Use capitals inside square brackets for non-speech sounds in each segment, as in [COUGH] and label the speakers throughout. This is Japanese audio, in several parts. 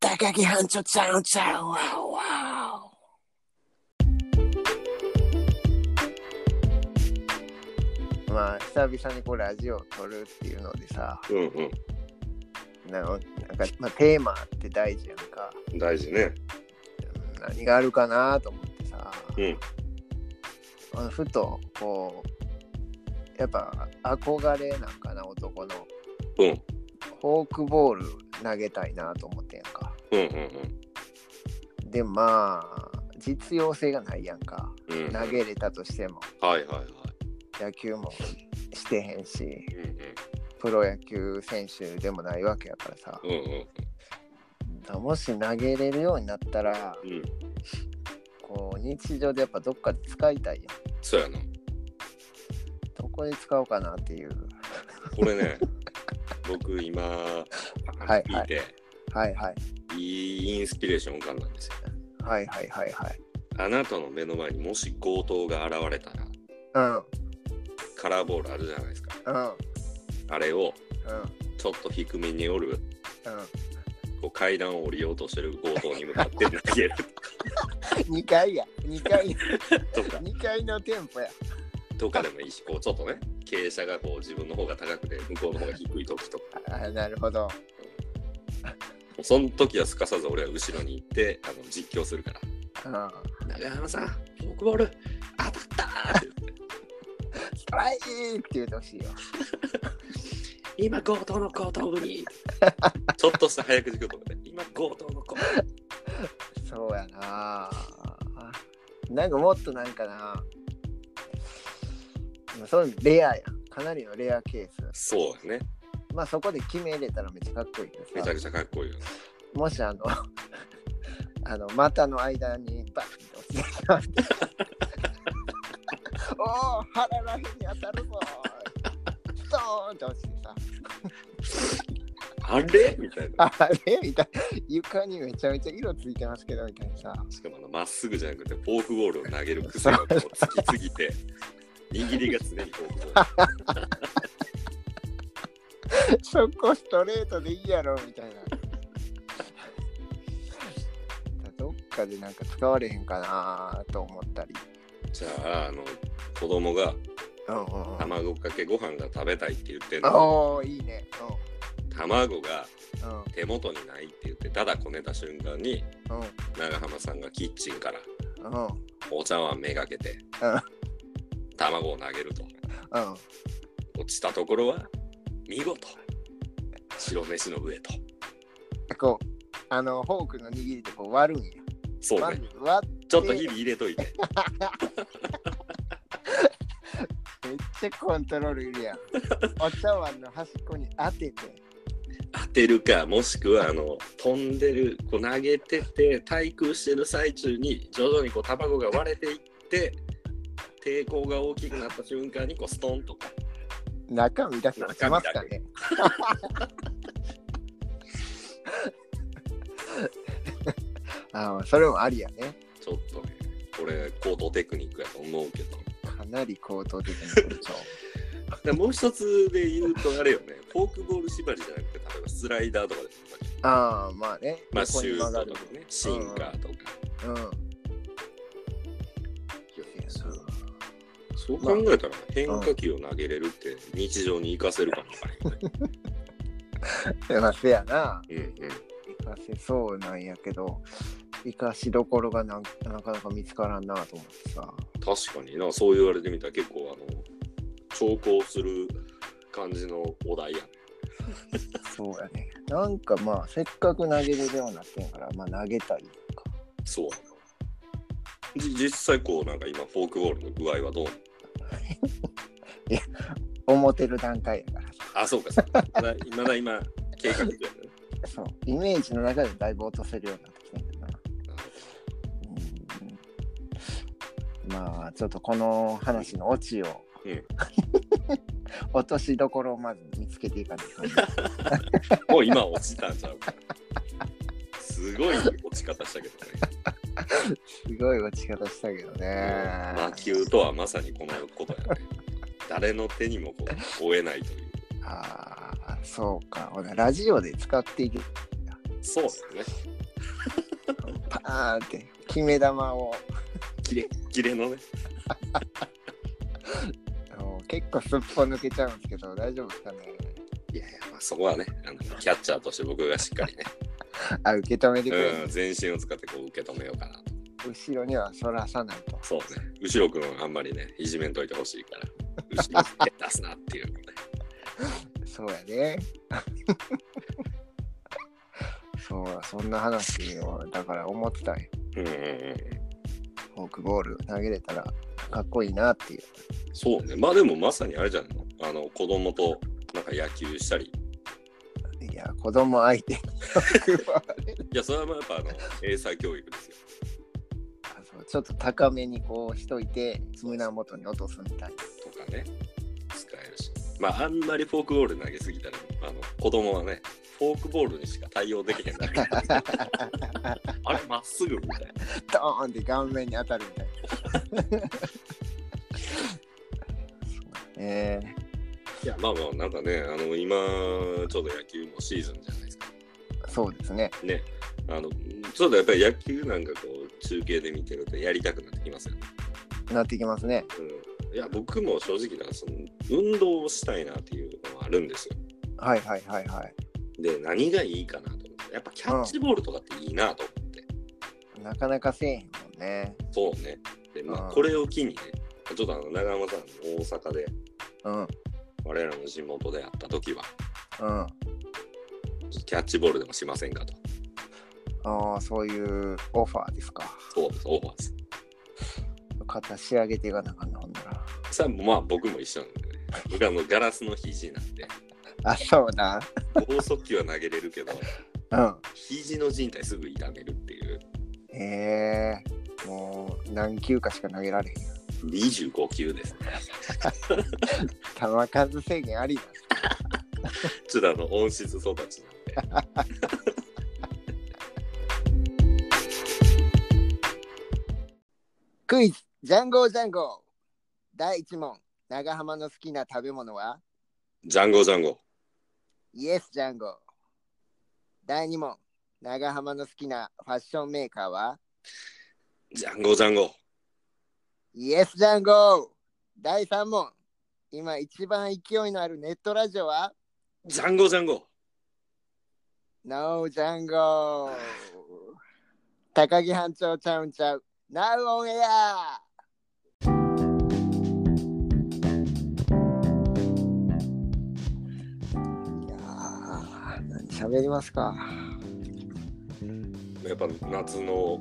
Speaker 1: 高木班長ちゃんちゃんわおわおまあ久々にこうラジオを撮るっていうのでさ
Speaker 2: うんうん
Speaker 1: ななんか、まあ、テーマって大事やんか
Speaker 2: 大事ね。
Speaker 1: うん何があるかなと思ってさ、
Speaker 2: うん
Speaker 1: あのふとこうやっぱ憧れなんかな男の
Speaker 2: うん
Speaker 1: フォークボール投げたいなと思ってんやんか
Speaker 2: うんうん
Speaker 1: でまあ実用性がないやんか
Speaker 2: うん。うん
Speaker 1: 投げれたとしても
Speaker 2: はいはいは
Speaker 1: 野球もしてへんし
Speaker 2: い。うん
Speaker 1: プロ野球選手でもないわけやからさ
Speaker 2: うんうん
Speaker 1: もし投げれるようになったら
Speaker 2: うんうん。
Speaker 1: こう日常でやっぱどっかで使いたいやん
Speaker 2: そうやな。
Speaker 1: どこで使おうかなっていう [LAUGHS]
Speaker 2: これね、 [LAUGHS] 僕今、
Speaker 1: はい
Speaker 2: 聞いて、
Speaker 1: はいはい
Speaker 2: い、いインスピレーション浮かんだんですよ。
Speaker 1: はいはいはいはい
Speaker 2: あなたの目の前にもし強盗が現れたら、
Speaker 1: うん
Speaker 2: カラーボールあるじゃないですか。
Speaker 1: うん [LAUGHS] うん
Speaker 2: あれをちょっと低めに折る、
Speaker 1: う
Speaker 2: こう階段を降りようとしてる強盗に向かって投げる
Speaker 1: ん2回や2回や
Speaker 2: とか
Speaker 1: 2回のテンポや
Speaker 2: とかでもいいし、こうちょっとね、傾斜がこう自分の方が高くて、向こうの方が低い時とか。
Speaker 1: あなるほど
Speaker 2: もうその時はすかさず俺は後ろに行ってあの実況するか
Speaker 1: う
Speaker 2: ら
Speaker 1: ん
Speaker 2: 「長山さんフォークボール当たった!」って言って
Speaker 1: ストライクって言うてほしいよ
Speaker 2: 「今強盗の強盗部 [LAUGHS] に」ちょっとした早口言葉で「今強盗の強盗
Speaker 1: そうやななんかもっとなんかなまあそれレアやんかなりのレアケース
Speaker 2: そうやね
Speaker 1: まあそこで決めれたらめっちゃかっこいいけ
Speaker 2: め
Speaker 1: どさ
Speaker 2: ちゃくちゃかっこいいよね
Speaker 1: もしあの [LAUGHS] あの股の間にバンって落ちてしまっておお腹らへんに当たるぞストーンって落ちてさ
Speaker 2: あれみたいな
Speaker 1: あれみたいな床にめちゃめちゃ色ついてますけどみたいなさ
Speaker 2: しかもあのまっすぐじゃなくてフォークボールを投げる癖がもうつきすぎて握りが常にフォークボール
Speaker 1: そこストレートでいいやろみたいな。 [LAUGHS] どっかでなんか使われへんかなと思ったり。
Speaker 2: じゃああの子供が
Speaker 1: うんうんうん。
Speaker 2: 卵かけご飯が食べたいって言ってんの
Speaker 1: おおいいね。
Speaker 2: 卵が
Speaker 1: うんうん
Speaker 2: 手元にないって言ってただこねた瞬間に
Speaker 1: うん
Speaker 2: 長浜さんがキッチンから
Speaker 1: うん
Speaker 2: お茶碗めがけて卵を投げると
Speaker 1: うん。
Speaker 2: 落ちたところは見事白飯の上と
Speaker 1: こうあのフォークの握りでこう割るんや。
Speaker 2: そう
Speaker 1: 割
Speaker 2: ね
Speaker 1: る割っ
Speaker 2: ちょっと日々入れといて
Speaker 1: てめっちゃコントロールい
Speaker 2: [LAUGHS]
Speaker 1: るやん。お茶碗の端っこに当てて。
Speaker 2: 当てるかもしくはあの飛んでるこう投げてて対空してる最中に徐々にこう卵が割れていって抵抗が大きくなった瞬間にこうストンとか
Speaker 1: 中身だけ落ちますかね。 [LAUGHS] ああ、それもありやね。
Speaker 2: ちょっとねこれ高等テクニックやと思うけど
Speaker 1: かなり高等的な特
Speaker 2: [LAUGHS]
Speaker 1: 徴。
Speaker 2: でもう一つで言うとあれよね、フォークボール縛りじゃなくて、例えばスライダーとかでもいいわけ、
Speaker 1: ああ、まあね。
Speaker 2: まあ、
Speaker 1: 横
Speaker 2: シ
Speaker 1: に
Speaker 2: ュー
Speaker 1: 曲が
Speaker 2: ト
Speaker 1: る
Speaker 2: とかね、シンカーとか。
Speaker 1: うん。
Speaker 2: そうそう考えたら、変化球を投げれるって日常に活かせるかもわからへんよね。
Speaker 1: まあ、せやな。
Speaker 2: うんうん
Speaker 1: 活かせそうなんやけど、生かしどころがなんなかなか見つからんなと思ってさ。
Speaker 2: 確かにな、そう言われてみたら結構、あの、調校する感じのお題やね。
Speaker 1: そうやね。なんかまあ、せっかく投げれるようになってんから、まあ投げたいやんか。
Speaker 2: そうやなじ実際こうなんか今フォークボールの具合はどう
Speaker 1: 思ってる段階やからさ。
Speaker 2: あそうかそうかまだまだ今計画中やね
Speaker 1: そうイメージの中でだいぶ落とせるようになってきてんけどな、うん、まあちょっとこの話のオチを、
Speaker 2: うん [LAUGHS]
Speaker 1: 落としどころをまず見つけていかないとね
Speaker 2: もう今落ちたんちゃうか。すごい落ち方したけどね。
Speaker 1: すごい落ち方したけどね、
Speaker 2: 魔球とはまさにこのことやね。誰の手にもこう負えないという。
Speaker 1: ああそうかほなラジオで使っていけ
Speaker 2: そうですね。
Speaker 1: パーンって決め球を
Speaker 2: キレッキレのね。
Speaker 1: あの結構すっぽ抜けちゃうんですけど大丈夫ですかね
Speaker 2: いやいや、まあ、そこはねあの、キャッチャーとして僕がしっかりね、
Speaker 1: あ受け止めてくれる、
Speaker 2: うん、全身を使ってこう受け止めようかなと。
Speaker 1: 後ろにはそらさないと
Speaker 2: そうね、後ろ君はあんまりね、いじめんといてほしいから、後ろ手出すなっていう、ね。
Speaker 1: そうやね [LAUGHS] そうやそんな話をだから思ってたんよ
Speaker 2: うんうんうん
Speaker 1: フォークボール投げれたらかっこいいなっていう
Speaker 2: そうね、まあでもまさにあれじゃんあの子供となんか野球したり、
Speaker 1: いや子供相手に [LAUGHS]
Speaker 2: いや、それはまあやっぱあの英才教育ですよ。
Speaker 1: あそうちょっと高めにこうしといて胸元に落とすみたい
Speaker 2: とかね、使えるし。まああんまりフォークボール投げすぎたら、あの子供はね、フォークボールにしか対応できへんだから、
Speaker 1: な
Speaker 2: あれまっすぐみたいな。
Speaker 1: ドーンって顔面に当たるみたいな [LAUGHS] そうえ
Speaker 2: いや、まあまあなんかね、あの今ちょうど野球もシーズンじゃないですか。
Speaker 1: ー、そうですね
Speaker 2: ね、あのちょっとやっぱり野球なんかこう中継で見てるとやりたくなってきますよね。
Speaker 1: なってきますね
Speaker 2: うん、いや僕も正直なその運動をしたいなっていうのはあるんですよ。
Speaker 1: はいはいはいはい
Speaker 2: で何がいいかなと思ってやっぱキャッチボールとかっていいなと思って、
Speaker 1: なかなかせえへんもんね
Speaker 2: そうねで、まあ、
Speaker 1: うん
Speaker 2: これを機にねちょっとあの長山さん大阪で
Speaker 1: うんうん
Speaker 2: 我らの地元で会った時はちょっとキャッチボールでもしませんかと
Speaker 1: ああそういうオファーですか
Speaker 2: そうですオファーです
Speaker 1: 肩仕上げていかなあかんなほんなら
Speaker 2: さあまあ僕も一緒なんでね僕はあのガラスの肘なんで
Speaker 1: あそうだ
Speaker 2: 剛速球は投げれるけど [LAUGHS]
Speaker 1: うん
Speaker 2: 肘の靭帯すぐ痛めるっていう
Speaker 1: へえもう何球かしか投げられへんよ
Speaker 2: 25球ですね
Speaker 1: 球数制限ありだ
Speaker 2: ちょっとあの音質育ちなんで
Speaker 1: クイズジャンゴージャンゴー第1問長浜の好きな食べ物は
Speaker 2: ジャンゴジャンゴ
Speaker 1: イエスジャンゴー第2問長浜の好きなファッションメーカーは
Speaker 2: ジャンゴジャンゴ
Speaker 1: イエスジャンゴー第3問今一番勢いのあるネットラジオは
Speaker 2: ジャンゴジャンゴ
Speaker 1: ノージャンゴー高木班長ちゃうんちゃう Now on air いやー何喋りますか
Speaker 2: やっぱ夏の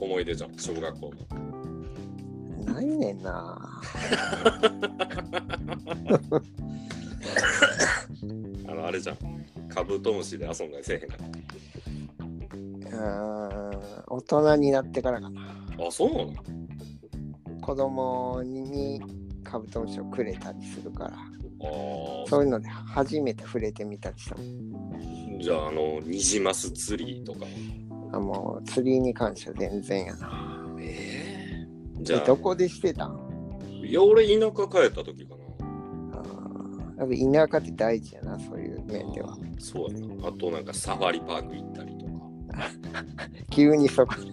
Speaker 2: 思い出じゃん小学 [LAUGHS] 校の
Speaker 1: ないねんな
Speaker 2: あのあれじゃんカブトムシで遊んだりせえへんかっ
Speaker 1: うーん大人になってからかな
Speaker 2: たあそうなの
Speaker 1: 子供にカブトムシをくれたりするから
Speaker 2: あー
Speaker 1: そういうので初めて触れてみたりした
Speaker 2: じゃああのニジマス釣りとか
Speaker 1: あもう釣りに関しては全然やな
Speaker 2: ええじ
Speaker 1: え
Speaker 2: ゃ
Speaker 1: ど
Speaker 2: あ
Speaker 1: こでしてたん
Speaker 2: いや俺田舎帰った時かな
Speaker 1: あーやっぱ田舎って大事やな、そういう面では。
Speaker 2: そうやなあとなんかサファリパーク行ったりとか
Speaker 1: 急にそこ
Speaker 2: [LAUGHS]
Speaker 1: に。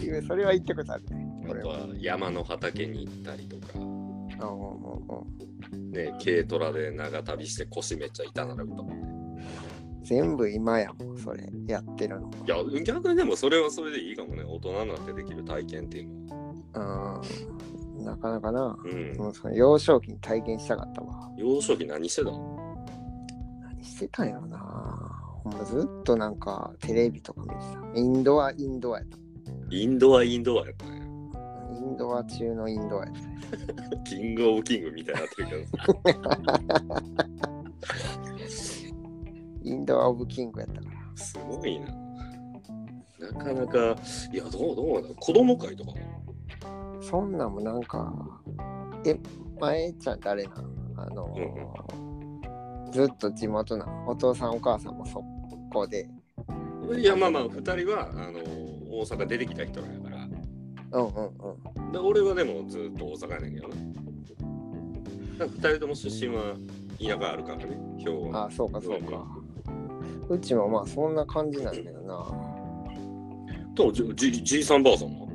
Speaker 1: 急それは言ったことあるね。
Speaker 2: あ
Speaker 1: 俺
Speaker 2: と
Speaker 1: も
Speaker 2: は山の畑に行ったりとか
Speaker 1: あもうもうも
Speaker 2: ね軽トラで長旅して腰めっちゃ痛なるとか
Speaker 1: う全部今やもん、それやってるの。
Speaker 2: いや逆にでもそれはそれでいいかもね大人になってできる体験っていうのは
Speaker 1: うん、なかなかな。
Speaker 2: うん
Speaker 1: もうその幼少期に体験したかったわ。
Speaker 2: 幼少期何してた
Speaker 1: 何してたんやろな。ほんまずっとなんかテレビとか見てた。インドア、インドアやった。
Speaker 2: インドアインドアやったね
Speaker 1: インドア中のインドアやった。
Speaker 2: キングオブキングみたいになってるけど
Speaker 1: インドアオブキングやったから。
Speaker 2: すごいななかなかいやどうどうなの子供会とかも
Speaker 1: そんなんもなんか、え、前ちゃん誰なんあのー、ずっと地元なんお父さんお母さんもそこで、
Speaker 2: いやまあまあ2人はあの大阪出てきた人なんやから
Speaker 1: うんうんうん。
Speaker 2: で俺はでもずっと大阪やねんけどな2人とも出身は田舎あるからね兵庫
Speaker 1: ああ、そうかそう
Speaker 2: う
Speaker 1: か。うちもまあそんな感じなんだけどな。
Speaker 2: とじじじいさんばあさんも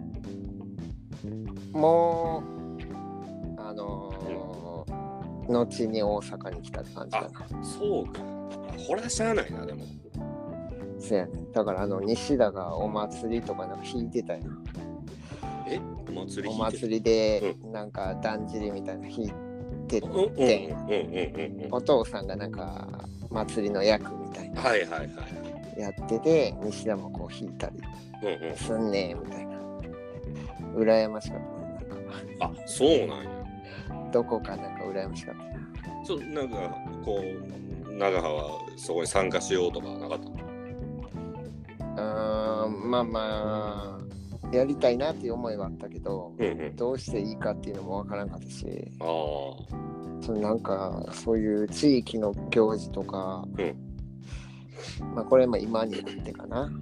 Speaker 1: もう、あのー後に大阪に来たって感じかな。
Speaker 2: そうかほらしゃあないなでも
Speaker 1: そうやね。だからあの西田がお祭りとかなんか弾いてたやん。
Speaker 2: えお祭り
Speaker 1: お
Speaker 2: 弾いて
Speaker 1: 祭りでなんかだんじりみたいなの弾いて
Speaker 2: うんうんうん
Speaker 1: て、
Speaker 2: うんうんう
Speaker 1: お父さんがなんか祭りの役みたい
Speaker 2: ん
Speaker 1: な
Speaker 2: はいはいはい
Speaker 1: やってて、西田もこう弾いたり
Speaker 2: うんうん
Speaker 1: すんねーみたいな。羨ましかったな。なんか
Speaker 2: あそうなんや
Speaker 1: どこかなんか羨ましかったな。
Speaker 2: そうなんかこう長羽はそこに参加しようとかなかったの
Speaker 1: うーんまあまあやりたいなっていう思いはあったけど、
Speaker 2: うんうん
Speaker 1: どうしていいかっていうのもわからなかったし
Speaker 2: ああ
Speaker 1: そのなんかそういう地域の行事とか、
Speaker 2: うん
Speaker 1: まあこれも今になってかな
Speaker 2: うん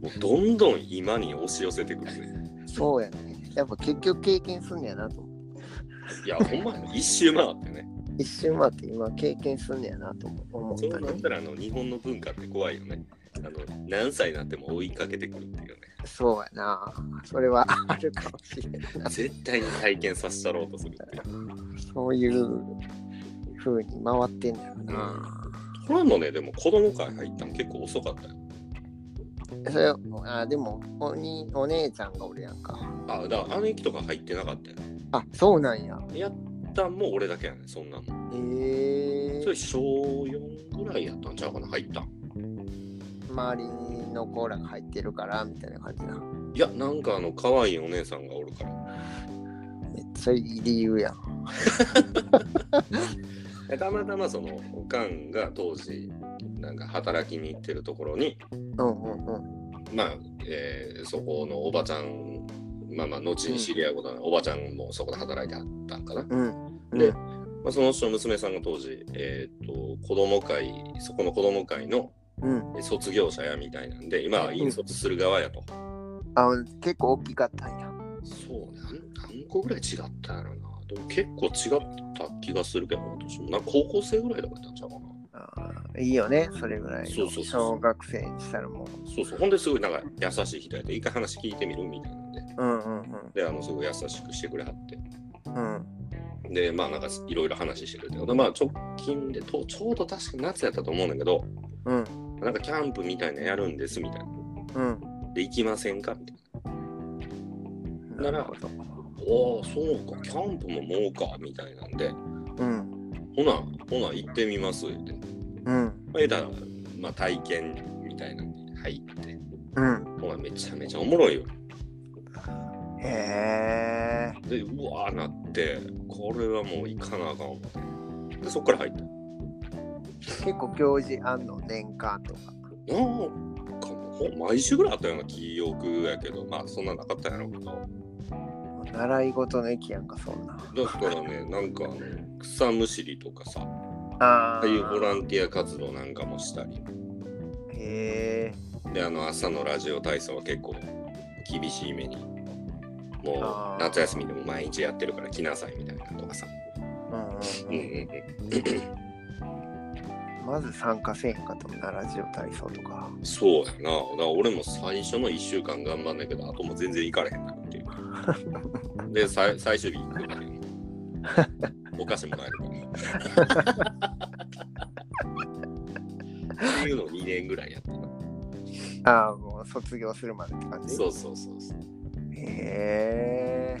Speaker 2: もうどんどん今に押し寄せてくるね
Speaker 1: そうやねやっぱ結局経験すんねやなと思う
Speaker 2: いやほんまや一周回ってね
Speaker 1: 一瞬待って今経験すんねやなと思っ
Speaker 2: そう
Speaker 1: た
Speaker 2: なっ
Speaker 1: ね
Speaker 2: たらあの日本の文化って怖いよねあの何歳になっても追いかけてくるっていうね
Speaker 1: そうやなそれはあるかもしれない
Speaker 2: 絶対に体験させたろうとするっていう
Speaker 1: そういう風に回ってんだよな、
Speaker 2: これもねでも子供会入ったの結構遅かったよ
Speaker 1: それあでもおにお姉ちゃんがおるやんか
Speaker 2: あだから姉貴とか入ってなかったよ
Speaker 1: あそうなんや
Speaker 2: やったんも俺だけやねそんなの
Speaker 1: へ
Speaker 2: それ
Speaker 1: え
Speaker 2: 小4ぐらいやったんちゃうかな入ったん
Speaker 1: 周りのコーラが入ってるからみたいな感じない
Speaker 2: やなんかあの可愛いお姉さんがおるから
Speaker 1: めっちゃいい理由やん
Speaker 2: でたまたまそのおかんが当時なんか働きに行ってるところに
Speaker 1: うんうんうん
Speaker 2: まあ、えーそこのおばちゃんまあまあ後に知り合うことはないおばちゃんもそこで働いてはったんかな
Speaker 1: うんうん
Speaker 2: でまあ、その人の娘さんが当時、えー、と子供会そこの子供会の
Speaker 1: うん
Speaker 2: え卒業者やみたいなんで今は引率する側やと、
Speaker 1: あ結構大きかったんや
Speaker 2: そうね何何個ぐらい違ったんやろなでも結構違った気がするけど私もなんか高校生ぐらいだったんちゃうかな
Speaker 1: あーいいよねそれぐらいの
Speaker 2: そうそうそ
Speaker 1: 小
Speaker 2: う
Speaker 1: 学生にしたらも
Speaker 2: そうそうほんですごいなんか優しい人やで一回話聞いてみるみたいなんで
Speaker 1: ううんうんうん
Speaker 2: であのすごい優しくしてくれはって
Speaker 1: うん
Speaker 2: でまあなんかいろいろ話してくれてでまあ直近でとちょうど確か夏やったと思うんだけど
Speaker 1: うん
Speaker 2: なんかキャンプみたいなのやるんですみたいな
Speaker 1: うん
Speaker 2: で行きませんかみたいな
Speaker 1: なるほど
Speaker 2: おあそうかキャンプももうかみたいなんで
Speaker 1: うん
Speaker 2: ほなほな行ってみますって
Speaker 1: うん
Speaker 2: えだまあ体験みたいなんで入って
Speaker 1: うん
Speaker 2: ほなめちゃめちゃおもろいよ
Speaker 1: へえ
Speaker 2: でうわーなってこれはもう行かなあかん思ってでそっから入った
Speaker 1: 結構行事あんの年間とか
Speaker 2: なんかもうほん毎週ぐらいあったような記憶やけどまあそんなんなかったんやろうけど
Speaker 1: 習い事の域やんかそんな
Speaker 2: だからねなんかあの草むしりとかさ
Speaker 1: あ
Speaker 2: あ
Speaker 1: ー
Speaker 2: あいうボランティア活動なんかもしたり
Speaker 1: へえ
Speaker 2: であの朝のラジオ体操は結構厳しい目にも
Speaker 1: あ
Speaker 2: う
Speaker 1: ー
Speaker 2: 夏休みでも毎日やってるから来なさいみたいなのとかさ、
Speaker 1: うんうん
Speaker 2: う
Speaker 1: うんん
Speaker 2: うんう
Speaker 1: まず参加せえへんかと思うな、ラジオ体操とか。
Speaker 2: ん、そうやなだから俺も最初の1週間頑張んだけどあともう全然行かれへんなっていうでさい最終日行くからねお菓子もらえるからっていうのを2年ぐらいやったな
Speaker 1: ああ、もう卒業するまでって感じ。
Speaker 2: そうそうそうそう
Speaker 1: へえ。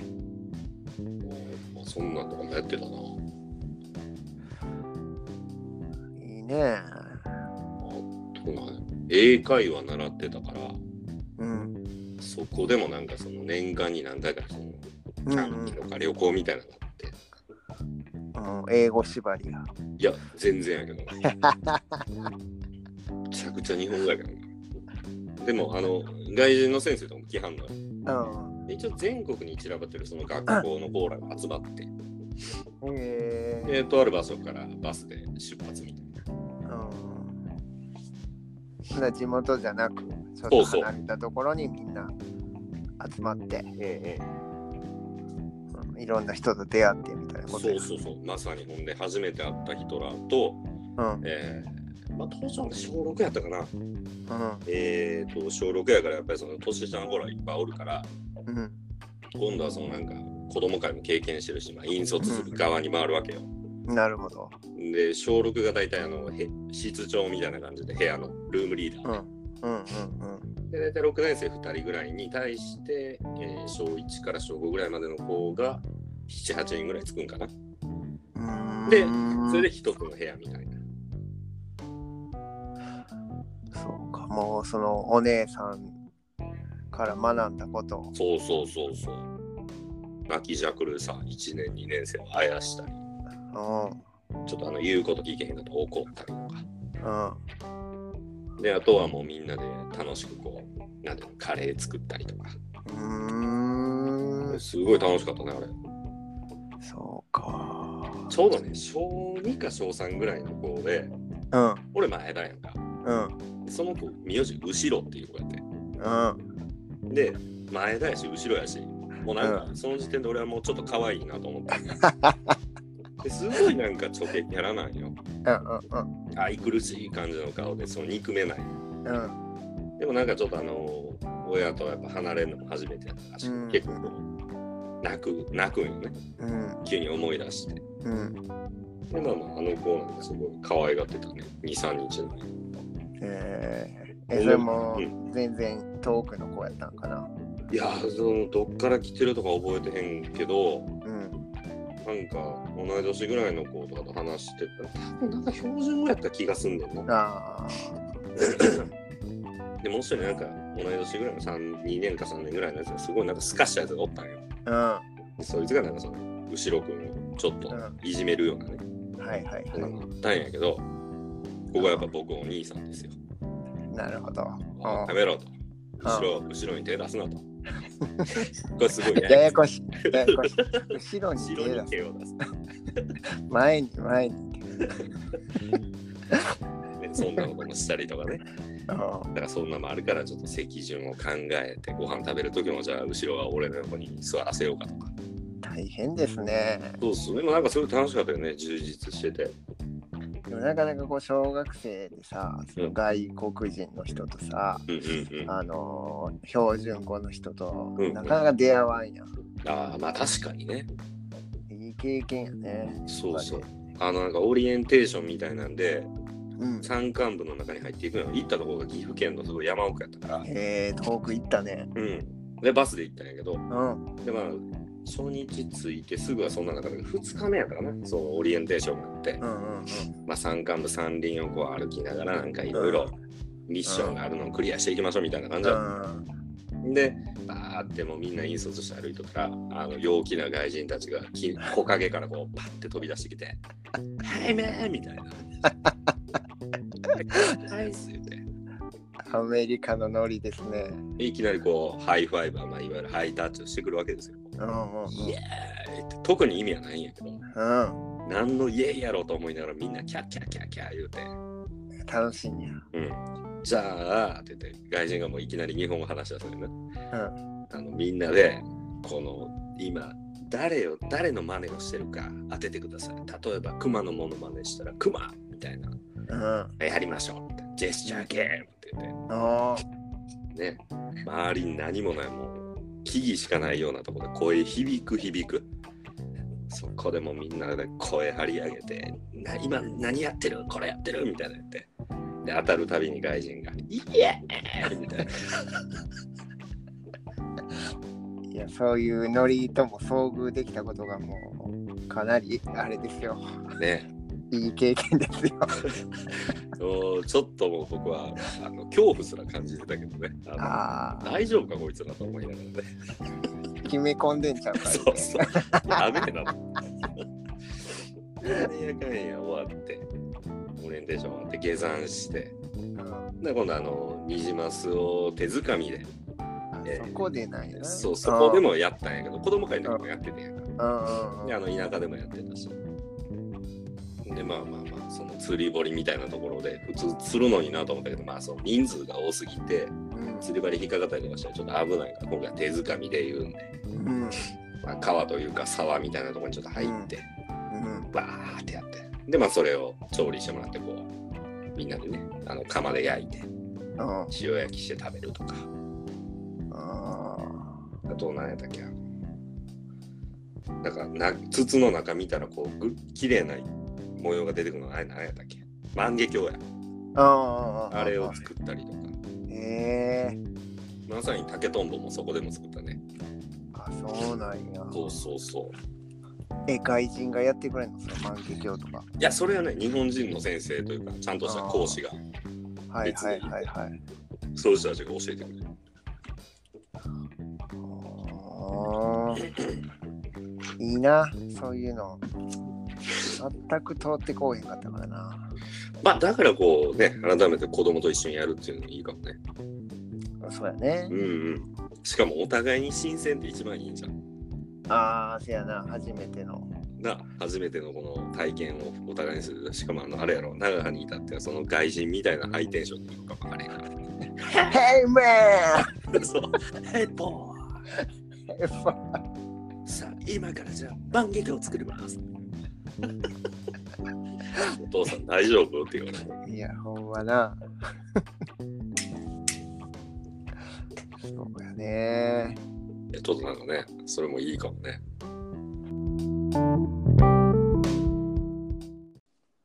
Speaker 2: もうもうそんなんとかもやってたな
Speaker 1: いいね。
Speaker 2: あとな英会話習ってたか
Speaker 1: う
Speaker 2: ら
Speaker 1: ん。
Speaker 2: そこでもなんかその年間に何回かその
Speaker 1: う
Speaker 2: キ
Speaker 1: ん、う
Speaker 2: ャンプ
Speaker 1: ん
Speaker 2: とか旅行みたいなのがあって、
Speaker 1: うん。英語縛りが。
Speaker 2: いや全然やけどなめちゃくちゃ日本語やけどなでもあの外人の先生とも来はんのよ
Speaker 1: うん。
Speaker 2: 一応全国に散らばってるその学校のコーラが集まって
Speaker 1: へえ。
Speaker 2: でとある場所からバスで出発みたい
Speaker 1: う
Speaker 2: な
Speaker 1: ん。ほんなら地元じゃなく、ちょっ
Speaker 2: そ
Speaker 1: と
Speaker 2: うそう
Speaker 1: 離れたところにみんな集まって、
Speaker 2: うん
Speaker 1: うんいろんな人と出会ってみたいな
Speaker 2: そ
Speaker 1: こ
Speaker 2: う
Speaker 1: とや
Speaker 2: そうそうまさにほんで初めて会った人らと、
Speaker 1: うん。
Speaker 2: えまあ、当時は俺小6やったかな。
Speaker 1: うん
Speaker 2: えー、と、小6やから、やっぱりその年下の頃はいっぱいおるから、
Speaker 1: うん
Speaker 2: 今度はそのなんか、子供会も経験してるし、まあ、引率する側に回るわけよ。
Speaker 1: なるほど
Speaker 2: で、小6が大体あの、へ室長みたいな感じで、部屋のルームリーダー。
Speaker 1: うんうん
Speaker 2: で大体6年生2人ぐらいに対して、えー小1から小5ぐらいまでの子が78人ぐらいつくんかな
Speaker 1: うんう
Speaker 2: で
Speaker 1: ーん
Speaker 2: それで1つの部屋みたいな
Speaker 1: そうかもうそのお姉さんから学んだことを
Speaker 2: そうそうそうそう泣きじゃくるさ1年2年生をあやしたり
Speaker 1: う
Speaker 2: ちょっとあの言うこと聞けへんかったら怒ったりとか
Speaker 1: んうん
Speaker 2: であとはもうみんなで楽しくこうなんていうのカレー作ったりとか
Speaker 1: うーん
Speaker 2: すごい楽しかったねあれ
Speaker 1: そうか
Speaker 2: ちょうどね小2か小3ぐらいの子で
Speaker 1: うん
Speaker 2: 俺前だやんか
Speaker 1: うん
Speaker 2: でその子名字後ろっていう子やって
Speaker 1: うん
Speaker 2: で、前だやし、後ろやし、もうなんか、その時点で俺はもうちょっと可愛いなと思った。ですごいなんかちょけキャラなんよ。
Speaker 1: うん
Speaker 2: 愛くるしい感じの顔で、その憎めない。
Speaker 1: うんうん
Speaker 2: でもなんかちょっとあの、親とはやっぱ離れるのも初めてやったらしく、
Speaker 1: うん
Speaker 2: 結構こう泣く、泣くんよね。
Speaker 1: うん
Speaker 2: 急に思い出して。
Speaker 1: うん
Speaker 2: で、まあまあ、あの子なんかすごい可愛がってたね。2、3日の間。
Speaker 1: えー、えそれも全然遠くの子やったんかな
Speaker 2: いうやー、その、どっから来てるとか覚えてへんけど、
Speaker 1: ん
Speaker 2: なんか同い年ぐらいの子とかと話してた多分なんか標準語やった気がすんだよな。
Speaker 1: あ
Speaker 2: でもう一人なんか同い年ぐらいの3 2年か3年ぐらいのやつがすごいなんかすかしたやつがおったんよ。
Speaker 1: あ
Speaker 2: でそいつがなんかその後ろ君をちょっと
Speaker 1: うん
Speaker 2: いじめるようなね、
Speaker 1: うんはいはいは
Speaker 2: なんかあったんやけど、ここはやっぱ僕お兄さんですよ。
Speaker 1: いなるほど
Speaker 2: やめろと。
Speaker 1: うん
Speaker 2: 後ろ後ろに手出す
Speaker 1: [LAUGHS]
Speaker 2: なと。これすごいね。
Speaker 1: ややこ
Speaker 2: [LAUGHS]
Speaker 1: しいややこしい後ろに
Speaker 2: 後
Speaker 1: 手
Speaker 2: ろ
Speaker 1: だ
Speaker 2: に手を出す。
Speaker 1: 前に前に
Speaker 2: ねそんなこともしたりとかね。
Speaker 1: うん
Speaker 2: だからそんなのもあるからちょっと席順を考えてご飯食べる時もじゃあ後ろは俺の横に座らせようかとか
Speaker 1: 大変ですね
Speaker 2: そうっすねでもなんかすごい楽しかったよね充実してて
Speaker 1: でもなかなかこう小学生でさその外国人の人とさ、
Speaker 2: うんうんうんあ
Speaker 1: あのー標準語の人と
Speaker 2: うん
Speaker 1: なかなか出会わんやん、
Speaker 2: あまあ確かにね
Speaker 1: いい経験やね
Speaker 2: そうそうあのなんかオリエンテーションみたいなんで
Speaker 1: うん
Speaker 2: 山間部の中に入っていくの行ったところが岐阜県のすごい山奥やったから
Speaker 1: えー、遠く行ったね
Speaker 2: うんでバスで行ったんやけど
Speaker 1: うん
Speaker 2: でまあ初日着いてすぐはそんな中で2日目やからなそのオリエンテーションがあって
Speaker 1: うんうん
Speaker 2: まあ、山間部山林をこう歩きながらなんかいろいろミッションがあるのをクリアしていきましょうみたいな感じ
Speaker 1: う
Speaker 2: だっ
Speaker 1: んうん
Speaker 2: た、でバーってもうみんな引率して歩いとったらあの陽気な外人たちが木木陰からこうパッて飛び出してきて「はいめー」みたいな「はい」っす言って
Speaker 1: アメリカのノリですね
Speaker 2: いきなりこうハイファイブまあ、いわゆるハイタッチをしてくるわけですよ。
Speaker 1: うんうん
Speaker 2: イエーイって特に意味はないんやけど
Speaker 1: うん、
Speaker 2: 何のイエーイやろうと思いながらみんなキャッキャッキャッキャッ言うて。
Speaker 1: うん、楽しいんや
Speaker 2: うん、じゃあって言って外人がもういきなり日本語話し出すのよね、
Speaker 1: うん
Speaker 2: あのみんなでこの今誰を誰の真似をしてるか当ててください例えば熊のもの真似したら熊みたいな
Speaker 1: うん
Speaker 2: やりましょうってジェスチャーゲームって言っ
Speaker 1: あ
Speaker 2: てね周りに何もないもう木々しかないようなところで声響く響くそこでもうみんなで声張り上げてな今何やってるこれやってるみたいなやってで当たるたびに外人が「イエーイ!」みたいな
Speaker 1: ーいやそういうノリとも遭遇できたことがもうかなりあれですよ
Speaker 2: ね、
Speaker 1: いい経験ですよ
Speaker 2: もうちょっともう僕はあの恐怖すら感じてたけどね。あの
Speaker 1: ああ
Speaker 2: 大丈夫かこいつらと思いながらね。
Speaker 1: 決め込んでんちゃうか
Speaker 2: そうそう。やべえな。 [LAUGHS] なんやかんや終わって、オリエンテーション終わって下山して、
Speaker 1: うん
Speaker 2: で今度あの、ニジマスを手づかみで、えー
Speaker 1: そこでなんやな
Speaker 2: そうそこでもやったんやけど、子供会の時もやっててんやんか
Speaker 1: うんうんうん
Speaker 2: であの田舎でもやってたし。でまあまあまあその釣り堀みたいなところで普通釣るのになと思ったけどまあその人数が多すぎて
Speaker 1: うん
Speaker 2: 釣り針引っかかったりとかしたらちょっと危ないから今回は手づかみで言うんで、
Speaker 1: うん
Speaker 2: まあ、川というか沢みたいなところにちょっと入って、
Speaker 1: うん
Speaker 2: バーってやってでまあそれを調理してもらってこうみんなでねあの釜で焼いて
Speaker 1: うん
Speaker 2: 塩焼きして食べるとか
Speaker 1: あ
Speaker 2: あと何やったっけななんかな筒の中見たらこうぐ綺麗な模様が出てくるのあれ何やったっけ万華鏡や
Speaker 1: ーあー
Speaker 2: あれを作ったりとか
Speaker 1: ええ
Speaker 2: まさに竹とんぼもそこでも作ったね
Speaker 1: あそうなんや
Speaker 2: そうそうそう
Speaker 1: え外人がやってくれんのその万華鏡とか
Speaker 2: いやそれはね日本人の先生というかちゃんとした講師が
Speaker 1: はいはいはいはい
Speaker 2: そういう人たちが教えてくれる
Speaker 1: あーいいな、そういうの。全く通ってこうへんかったからな。
Speaker 2: まあだからこうね改めて子供と一緒にやるっていうのもいいかもね
Speaker 1: そうやね
Speaker 2: うん。うんしかもお互いに新鮮で一番いいんじゃん
Speaker 1: ああ、せやな、初めての。
Speaker 2: な初めてのこの体験をお互いにするしかもあのあれやろ長良にいたってはその外人みたいなハイテンションでいくかもあれやか
Speaker 1: Hey man! [LAUGHS]
Speaker 2: らそう [LAUGHS] ヘッポーさあ今からじゃあ万華鏡を作ります [LAUGHS] お父さん大丈夫って言われて
Speaker 1: いや、ほんまな。 [LAUGHS] そうやね。
Speaker 2: いやちょっとなんかね、それもいいかもね。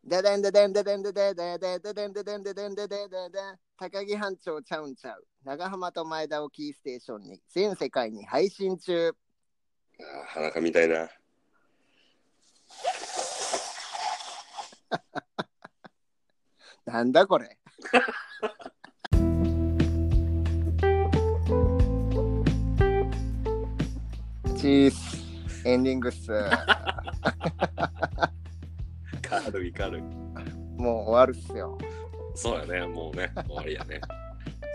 Speaker 1: ダダンダダンダダンダダダダダダンダダンダダンダダダダ高木班長ちゃうんちゃう長浜と前田をキーステーションに全世界に配信中
Speaker 2: ああ、裸みたいな。
Speaker 1: なんだこれチースエンディングっす
Speaker 2: 軽い軽い。
Speaker 1: もう終わるっすよ
Speaker 2: そうやね、もうね、終わりやね。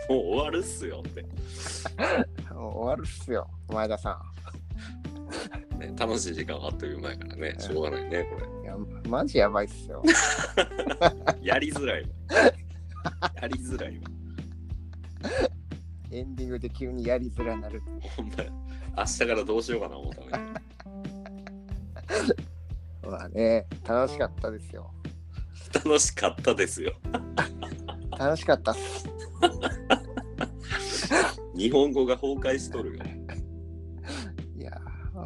Speaker 2: もう終わるっすよって。
Speaker 1: もう終わるっすよ前田さ
Speaker 2: ね、楽しい時間はあっという間やからね、しょうがないね、これ。
Speaker 1: んいやマジやばいっすよ
Speaker 2: [LAUGHS] やりづらいわ。やりづらいわ。
Speaker 1: エンディングで急にやりづらになる
Speaker 2: ほんまや明日からどうしようかな、思ったのに。
Speaker 1: まあね楽しかったですよ
Speaker 2: 楽しかったですよ。
Speaker 1: 楽しかったっす
Speaker 2: 日本語が崩壊しとるよ。
Speaker 1: いや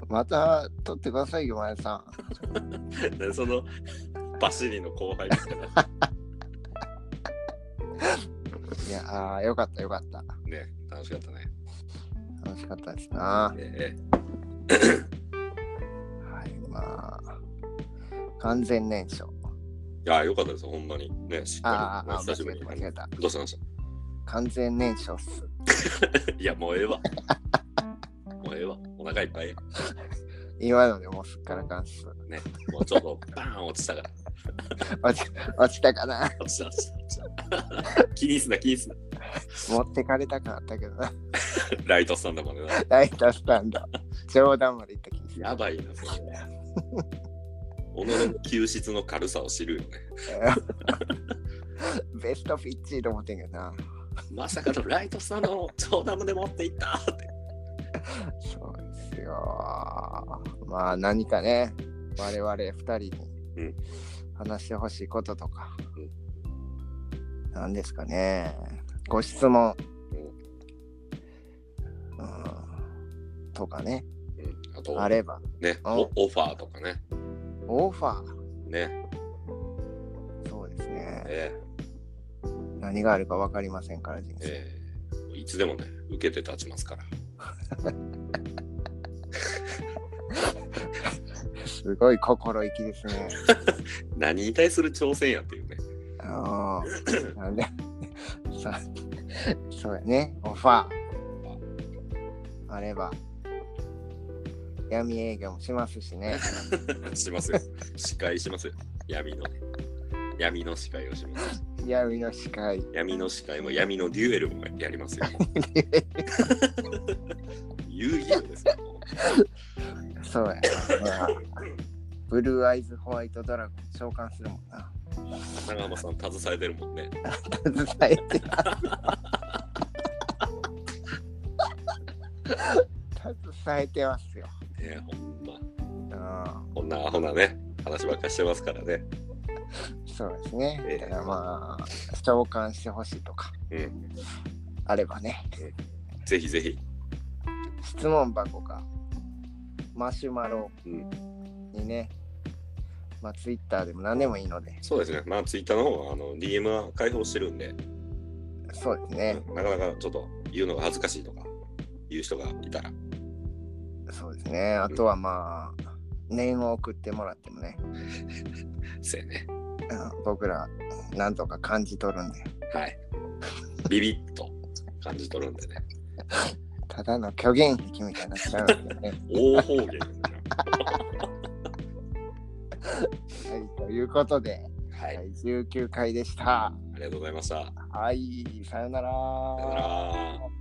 Speaker 1: また撮ってくださいよ前田さ
Speaker 2: でその、バシリの後輩ですから
Speaker 1: んいやあよかったよかった
Speaker 2: ね、楽しかったね。
Speaker 1: 楽しかったですな
Speaker 2: え
Speaker 1: はい、まあ、完全燃焼。
Speaker 2: えいや、よかったですよ、ほんまに。ね、しっ
Speaker 1: あー
Speaker 2: かり。
Speaker 1: あー、
Speaker 2: 久しぶ
Speaker 1: 間違
Speaker 2: り
Speaker 1: えた、間違え
Speaker 2: に。ど
Speaker 1: た。
Speaker 2: うしたどうした
Speaker 1: 完全燃焼っす。
Speaker 2: いや、もうええわ。もうええわ。お腹いっぱいや。
Speaker 1: 今のでもうすっからかんっす。
Speaker 2: もうちょっとバーン落ちたから。
Speaker 1: 落ち落ちたかな
Speaker 2: 落ちた、落ちた、落ちた。気にすな、気にすな。
Speaker 1: 持ってかれたかったけどな。
Speaker 2: ライトスタンドまでな。
Speaker 1: ライトスタンド。冗談まで言った気がする。
Speaker 2: やばいな、それ。己の救出の軽さを知るよね。
Speaker 1: [LAUGHS] ベストフィッチーと思ってんけどな。
Speaker 2: まさかのライトスタンドの長ダムで持っていったって。
Speaker 1: そうですよ。まあ、何かね、我々二人
Speaker 2: う
Speaker 1: に
Speaker 2: ん
Speaker 1: 話してほしいこととか
Speaker 2: う、
Speaker 1: 何ですかね。ご質問、うん、とかね。
Speaker 2: うん、あと、
Speaker 1: あれば、
Speaker 2: ね
Speaker 1: うん
Speaker 2: お、オファーとかね。
Speaker 1: オファー。
Speaker 2: ね、
Speaker 1: そうですね。
Speaker 2: え
Speaker 1: 何があるか分かりませんから、人
Speaker 2: え
Speaker 1: 生。
Speaker 2: ええいつでもね、受けて立ちますから。
Speaker 1: すごい心意気ですね。
Speaker 2: 何に対する挑戦やっていうね。
Speaker 1: あーなんで、さそうやね。オファー。あれば。闇営業もしますしね。
Speaker 2: [LAUGHS] しますよ。司会しますよ。闇のね。闇の司会をします。
Speaker 1: 闇の司会。
Speaker 2: 闇の司会も闇のデュエルもやりますよ。遊戯王ですよ。
Speaker 1: そうやな、まあブルーアイズホワイトドラゴン召喚するもんな。
Speaker 2: 長浜さん携えてるもんね。
Speaker 1: 伝えてます。携えてますよ。
Speaker 2: ねほんま。
Speaker 1: うん
Speaker 2: こんなアホなね、話ばっかしてますからね。
Speaker 1: そうですね。
Speaker 2: ええ
Speaker 1: だからまあ、召喚してほしいとか、
Speaker 2: うん、
Speaker 1: あればね、
Speaker 2: ぜひぜひ。
Speaker 1: 質問箱か、マシュマロ
Speaker 2: うん
Speaker 1: にね、まあ、ツイッターでも何でもいいので、
Speaker 2: そうですね。まあ、ツイッターの方はあの DM は開放してるんで、
Speaker 1: そうですね。
Speaker 2: うんなかなかちょっと言うのが恥ずかしいとか、言う人がいたら、
Speaker 1: そうですね。あとはまあ、念を送ってもらってもね、
Speaker 2: せやね。
Speaker 1: うん僕ら、なんとか感じ取るんで、
Speaker 2: はい。ビビッと感じ取るんでね。
Speaker 1: ただの虚言癖みたいになっちゃうんですよ
Speaker 2: [LAUGHS]
Speaker 1: ね。
Speaker 2: 大方言。
Speaker 1: はい、ということで、
Speaker 2: はい。
Speaker 1: 第19回でした。
Speaker 2: ありがとうございました。さよ
Speaker 1: はい、さよなら。
Speaker 2: なら。